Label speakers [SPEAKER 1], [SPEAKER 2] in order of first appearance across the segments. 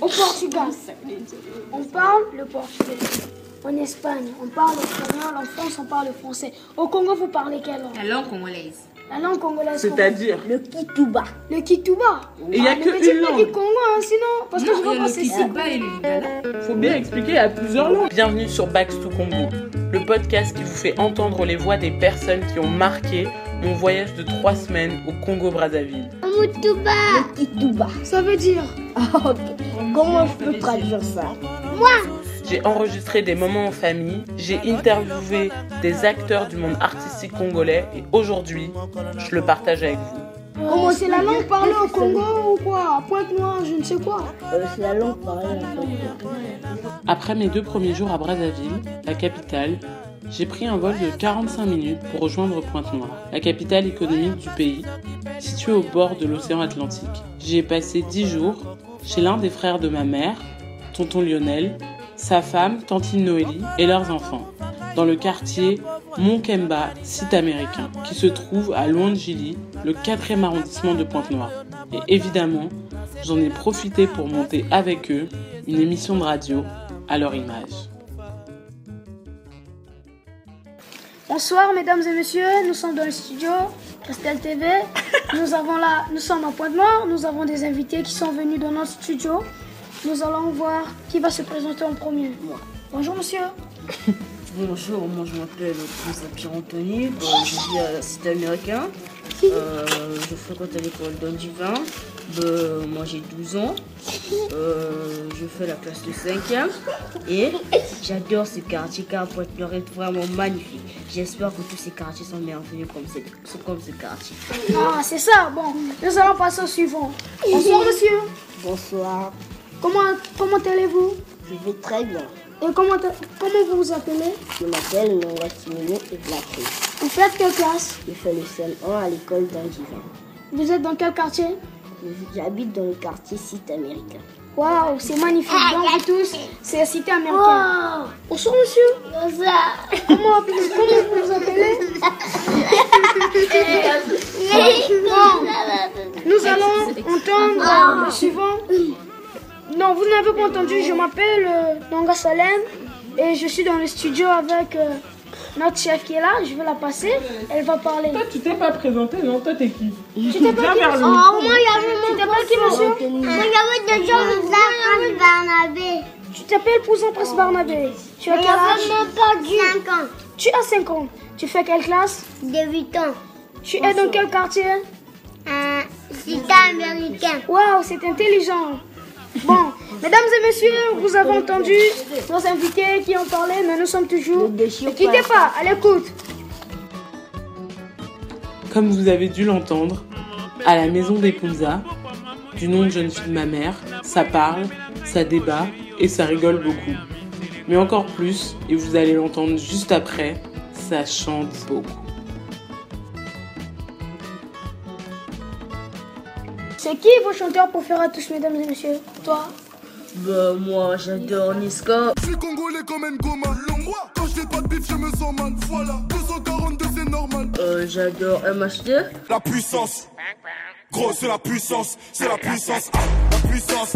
[SPEAKER 1] Au Portugal, on parle le portugais. En Espagne, on parle espagnol. En France, on parle français. Au Congo, vous parlez quelle langue
[SPEAKER 2] La langue congolaise.
[SPEAKER 1] La langue congolaise.
[SPEAKER 3] C'est-à-dire
[SPEAKER 4] Le Kituba.
[SPEAKER 1] Le Kituba. Ah,
[SPEAKER 3] Il n'y a
[SPEAKER 1] le
[SPEAKER 3] que
[SPEAKER 1] petit
[SPEAKER 3] une
[SPEAKER 1] peuple
[SPEAKER 3] langue.
[SPEAKER 1] du Congo, hein, sinon. Parce que
[SPEAKER 2] Non,
[SPEAKER 1] je
[SPEAKER 2] il y a
[SPEAKER 1] comprends
[SPEAKER 2] le
[SPEAKER 1] c'est ça.
[SPEAKER 2] Kisiba et le Lingala.
[SPEAKER 3] Faut bien expliquer à plusieurs langues. Bienvenue sur Backs to Congo, le podcast qui vous fait entendre les voix des personnes qui ont marqué mon voyage de trois semaines au Congo-Brazzaville.
[SPEAKER 4] Le Kituba.
[SPEAKER 1] Ça veut dire.
[SPEAKER 4] Ah, ok. Comment je peux traduire ça
[SPEAKER 3] J'ai enregistré des moments en famille, j'ai interviewé des acteurs du monde artistique congolais et aujourd'hui, je le partage avec vous.
[SPEAKER 1] Comment c'est la langue parlée au Congo ou quoi À Pointe-Noire, je ne sais quoi.
[SPEAKER 4] Euh, C'est la langue parlée en Congo.
[SPEAKER 3] Après mes deux premiers jours à Brazzaville, la capitale, j'ai pris un vol de 45 minutes pour rejoindre Pointe-Noire, la capitale économique du pays, située au bord de l'océan Atlantique. J'y ai passé 10 jours chez l'un des frères de ma mère, tonton Lionel, sa femme, tantine Noélie et leurs enfants, dans le quartier Monkemba, site américain, qui se trouve à Luangili, le 4e arrondissement de Pointe-Noire. Et évidemment, j'en ai profité pour monter avec eux une émission de radio à leur image.
[SPEAKER 1] Bonsoir mesdames et messieurs, nous sommes dans le studio Christelle TV. Nous avons là, nous sommes en point de mort, nous avons des invités qui sont venus dans notre studio. Nous allons voir qui va se présenter en premier. Bonjour monsieur.
[SPEAKER 5] Bonjour, moi je m'appelle Prince Pierre Anthony, Bon, je vis à la cité américaine, Euh, je fréquente à l'école Don Divin, Bon, moi j'ai 12 ans, Euh, je fais la classe de 5e et j'adore ce quartier car Pointe-Noire est vraiment magnifique. J'espère que tous ces quartiers sont merveilleux comme, ce- sont comme ce quartier.
[SPEAKER 1] Ah c'est ça, bon, nous allons passer au suivant. Bonsoir monsieur.
[SPEAKER 4] Bonsoir.
[SPEAKER 1] Comment comment allez-vous
[SPEAKER 4] Je vais très bien.
[SPEAKER 1] Et comment comment vous vous appelez
[SPEAKER 4] Je m'appelle Nora Simino et Blacky.
[SPEAKER 1] Vous faites quelle classe
[SPEAKER 4] Je fais le CM1 à l'école d'Angivin.
[SPEAKER 1] Vous êtes dans quel quartier
[SPEAKER 4] J'habite dans le quartier site américain.
[SPEAKER 1] Waouh, c'est magnifique. Donc vous tous, c'est la cité américaine. Bonsoir monsieur. Comment, comment vous vous appelez Bon, Nous allons entendre euh, le suivant. Non, vous n'avez pas entendu, je m'appelle euh, Nanga Salem et je suis dans le studio avec euh, notre chef qui est là. Je vais la passer, elle va parler.
[SPEAKER 3] Toi, tu t'es pas présenté, non Toi, t'es qui
[SPEAKER 1] Tu t'es pas qui, monsieur Tu t'appelles qui, monsieur Tu t'appelles Poussin Prince Barnabé. Tu as quel âge Tu as 5 ans. Tu fais quelle classe Tu es dans quel quartier Waouh, c'est intelligent. Bon, mesdames et messieurs, vous avez entendu nos invités qui ont parlé, mais nous sommes toujours.
[SPEAKER 4] Ne
[SPEAKER 1] Ne
[SPEAKER 4] déchire
[SPEAKER 1] quittez pas, à l'écoute.
[SPEAKER 3] Comme vous avez dû l'entendre, à la maison des Punza, du nom de jeune fille de ma mère, ça parle, ça débat et ça rigole beaucoup. Mais encore plus, et vous allez l'entendre juste après, ça chante beaucoup.
[SPEAKER 1] C'est qui vos chanteurs préférés à tous, mesdames et messieurs Toi
[SPEAKER 5] Bah, moi j'adore Niska,
[SPEAKER 6] Je suis congolais comme Ngoma. Longwa. Quand je n'ai pas de bif, je me sens mal. Voilà, 242, c'est normal.
[SPEAKER 5] Euh, j'adore MHD,
[SPEAKER 6] La puissance. Gros, c'est la puissance. C'est la puissance. Ah, la puissance.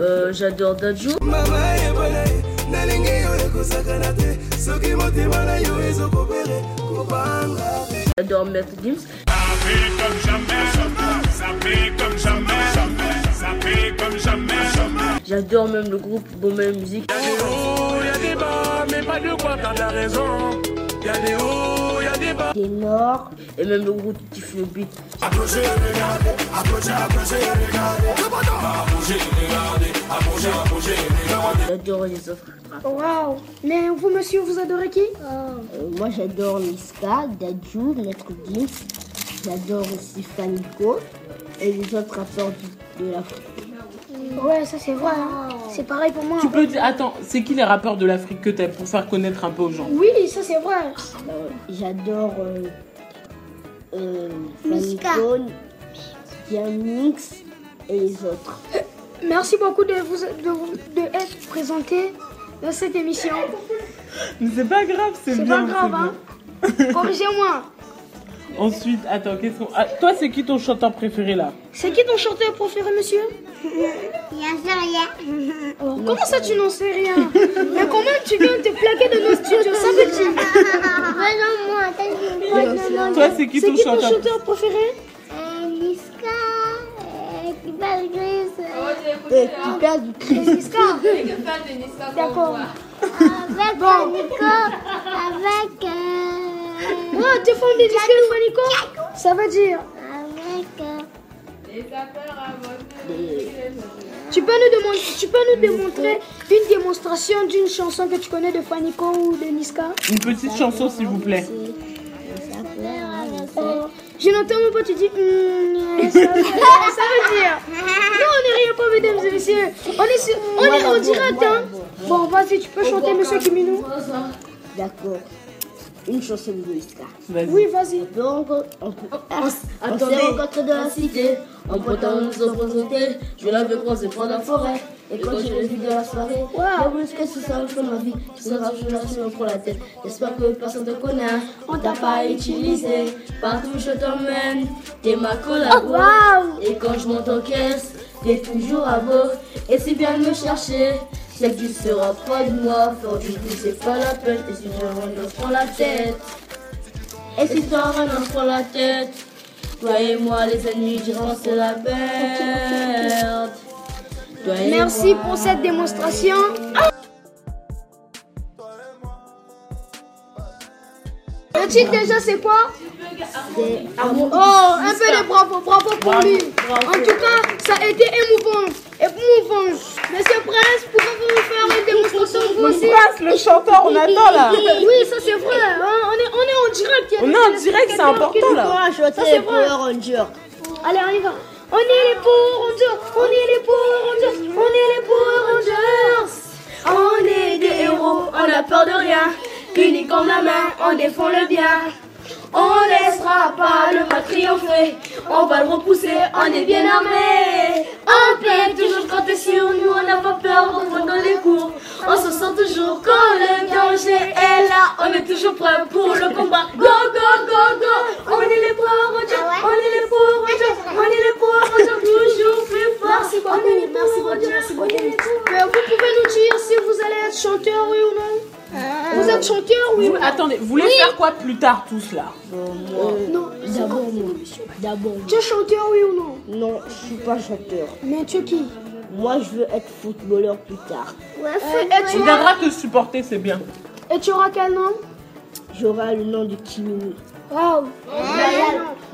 [SPEAKER 5] Euh, j'adore Dadju, j'adore Maître Gims, J'adore même le groupe Bomel Music.
[SPEAKER 4] Des morts.
[SPEAKER 5] et même le groupe Tiff le Beat. J'adore les offres. rap.
[SPEAKER 1] Waouh Mais vous, monsieur, vous adorez qui
[SPEAKER 4] Euh, moi j'adore Niska, Dadju, Maître Gims. J'adore aussi Fanico et les autres rappeurs du- de l'Afrique.
[SPEAKER 1] Ouais, ça c'est vrai. hein. C'est pareil pour moi.
[SPEAKER 3] Tu peux dire, attends, c'est qui les rappeurs de l'Afrique que t'aimes pour faire connaître un peu aux gens
[SPEAKER 1] Oui, ça c'est vrai.
[SPEAKER 4] Euh, j'adore euh, euh,
[SPEAKER 7] Niska.
[SPEAKER 4] Fanico, Diamix et les autres.
[SPEAKER 1] Merci beaucoup de vous de, vous- de être présenté dans cette émission.
[SPEAKER 3] Mais c'est pas grave, hein.
[SPEAKER 1] C'est pas grave, hein. Corrigez-moi.
[SPEAKER 3] Ensuite, attends, qu'est-ce qu'on. Ah, toi, c'est qui ton chanteur préféré là
[SPEAKER 1] C'est qui ton chanteur préféré, monsieur
[SPEAKER 2] Bien sûr, rien.
[SPEAKER 1] Comment ça, tu n'en sais rien Mais quand même, tu viens de te plaquer de nos studios, ça veut dire
[SPEAKER 2] Voyons moi, t'as une bonne
[SPEAKER 3] Toi, c'est qui
[SPEAKER 1] C'est
[SPEAKER 3] ton
[SPEAKER 1] qui ton
[SPEAKER 3] chanteur
[SPEAKER 1] chanteur préféré
[SPEAKER 2] Euh, Liska, euh, qui parle grise, euh,
[SPEAKER 4] Et Eh, tu perds du
[SPEAKER 1] D'accord.
[SPEAKER 2] avec euh, Nico, avec. euh,
[SPEAKER 1] Moi, te formes des disques Nico Ça veut dire
[SPEAKER 2] avec. euh,
[SPEAKER 1] Tu peux nous, demander, tu peux nous démontrer une démonstration d'une chanson que tu connais de Fanico ou de Niska
[SPEAKER 3] Une petite chanson, s'il vous plaît.
[SPEAKER 1] Euh, Je n'entends même pas, tu dis. hmm, ça, veut- ça veut dire. Non, on n'est rien pas, mesdames et messieurs. On est, sur- on est en direct, hein. Bon, vas-y, tu peux chanter, monsieur Kiminou
[SPEAKER 4] D'accord. Une chanson de Niska.
[SPEAKER 3] Vas-y.
[SPEAKER 1] Oui, vas-y.
[SPEAKER 4] Donc, on peut. On s- on
[SPEAKER 5] Attendez.
[SPEAKER 4] s'est rencontrés dans la cité.
[SPEAKER 5] En prétendant nous se présenter, je l'avais croisé pendant la forêt.
[SPEAKER 4] Et quand je l'ai vu dans la soirée, j'ai voulu ce que ce soit pour ma vie. Ce sera je la me prends la tête.
[SPEAKER 5] J'espère que personne te connaît, on t'a pas utilisé. Partout je t'emmène, t'es ma collabo. Et quand je monte en caisse, t'es toujours à beau. Et si bien de me chercher, c'est que tu seras pas de moi. Fort du coup, c'est pas la peine. Et si je rentre, on se prend la tête. Et si toi, rentre, on se prend la tête. Toi et moi, les ennemis diront c'est la perte. Toi et
[SPEAKER 1] Merci pour cette démonstration. Ah. Le titre déjà c'est quoi Oh, un peu de bravo, bravo pour lui. En tout cas, ça a été émouvant, émouvant. Monsieur Prince, pouvez-vous faire une démonstration vous aussi
[SPEAKER 7] Passe le chanteur, on attend là.
[SPEAKER 1] Oui, ça c'est vrai. hein, On est, on est en direct. il y a
[SPEAKER 7] On est
[SPEAKER 1] des
[SPEAKER 7] en direct, c'est
[SPEAKER 1] téléspectateurs qui
[SPEAKER 7] important,
[SPEAKER 1] nous
[SPEAKER 7] là.
[SPEAKER 1] voient. Ça
[SPEAKER 4] Chanter
[SPEAKER 1] c'est
[SPEAKER 4] les
[SPEAKER 1] vrai.
[SPEAKER 4] Power Rangers.
[SPEAKER 1] Allez, on y va. On est les Power Rangers, on est les Power Rangers, on est les Power Rangers. On est des héros, on a peur de rien. Unis comme la main, on défend le bien. On laissera pas le mal triompher. On va le repousser, on est bien armés. On peut toujours compter sur nous, on n'a pas peur, on prend dans les cours. On se sent toujours quand le danger est là. On est toujours prêts pour le combat. Go, go, go, go. On est les Power Rangers, on est les Power Rangers, on est les Power Rangers, toujours plus forts. Merci beaucoup, merci beaucoup, merci vous pouvez nous dire si vous allez être chanteur, oui ou non Vous êtes chanteur, oui ou
[SPEAKER 7] Vous- Attendez, vous voulez faire quoi plus tard tous là
[SPEAKER 1] non
[SPEAKER 4] D'abord, moi. D'abord, moi.
[SPEAKER 1] Tu es chanteur, oui ou non
[SPEAKER 4] Non, je suis pas chanteur.
[SPEAKER 1] Mais tu es qui
[SPEAKER 4] Moi, je veux être footballeur plus tard.
[SPEAKER 2] Ouais,
[SPEAKER 4] Eh.
[SPEAKER 1] et, tu
[SPEAKER 2] faut-
[SPEAKER 7] On viendra te supporter, c'est bien.
[SPEAKER 1] et tu auras quel nom
[SPEAKER 4] J'aurai le nom de Kimini.
[SPEAKER 1] Waouh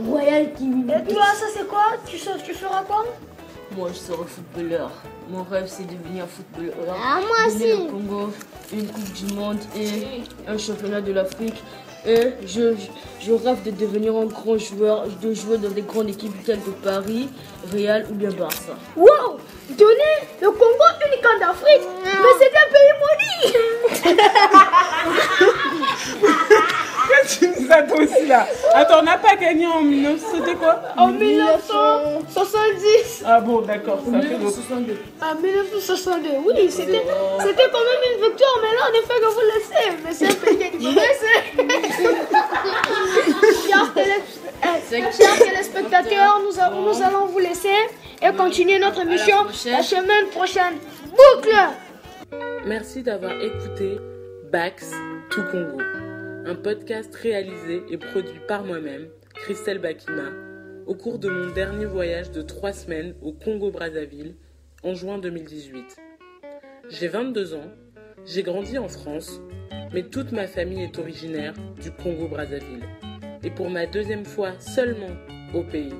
[SPEAKER 4] Royal Kimini.
[SPEAKER 1] Et toi, ça c'est quoi tu, sais- tu feras quoi
[SPEAKER 5] Moi, je serai footballeur. Mon rêve, c'est de devenir footballeur.
[SPEAKER 2] Ah, moi
[SPEAKER 5] Gagner
[SPEAKER 2] aussi.
[SPEAKER 5] le Congo, une Coupe du Monde et un championnat de l'Afrique. Et je, je rêve de devenir un grand joueur, de jouer dans des grandes équipes telles que Paris, Real ou bien Barça.
[SPEAKER 1] Waouh Donner le Congo unique en d'Afrique Mais c'est un pays maudit
[SPEAKER 7] Qu'est-ce que tu nous as dit aussi là Attends, on n'a pas gagné en 19, c'était quoi
[SPEAKER 1] En 1970
[SPEAKER 7] Ah bon, d'accord, ça fait longtemps.
[SPEAKER 5] 1962.
[SPEAKER 1] En 1962, oui, c'était c'était quand même une victoire, mais là, en effet, que vous le savez, mais c'est un pays qui vous laisse. Chers télé- euh, Chers téléspectateurs, nous, a- nous allons vous laisser et continuer notre émission
[SPEAKER 5] prochaine.
[SPEAKER 1] la semaine prochaine. Boucle
[SPEAKER 3] Merci d'avoir écouté Bax to Congo, un podcast réalisé et produit par moi-même, Christelle Bakima, au cours de mon dernier voyage de trois semaines au Congo-Brazzaville en juin 2018. J'ai 22 ans, j'ai grandi en France, mais toute ma famille est originaire du Congo-Brazzaville. Et pour ma deuxième fois seulement au pays,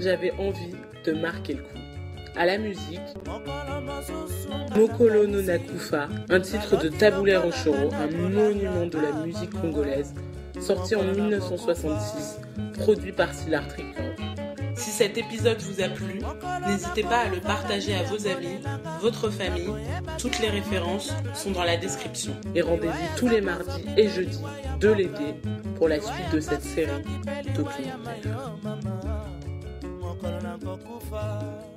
[SPEAKER 3] j'avais envie de marquer le coup. À la musique, Mokolo no Nakufa, un titre de Taboulet Rochoro, un monument de la musique congolaise, sorti en 1966, produit par Silart Records. Si cet épisode vous a plu, n'hésitez pas à le partager à vos amis, votre famille. Toutes les références sont dans la description. Et rendez-vous tous les mardis et jeudis de l'été pour la suite de cette série documentaire.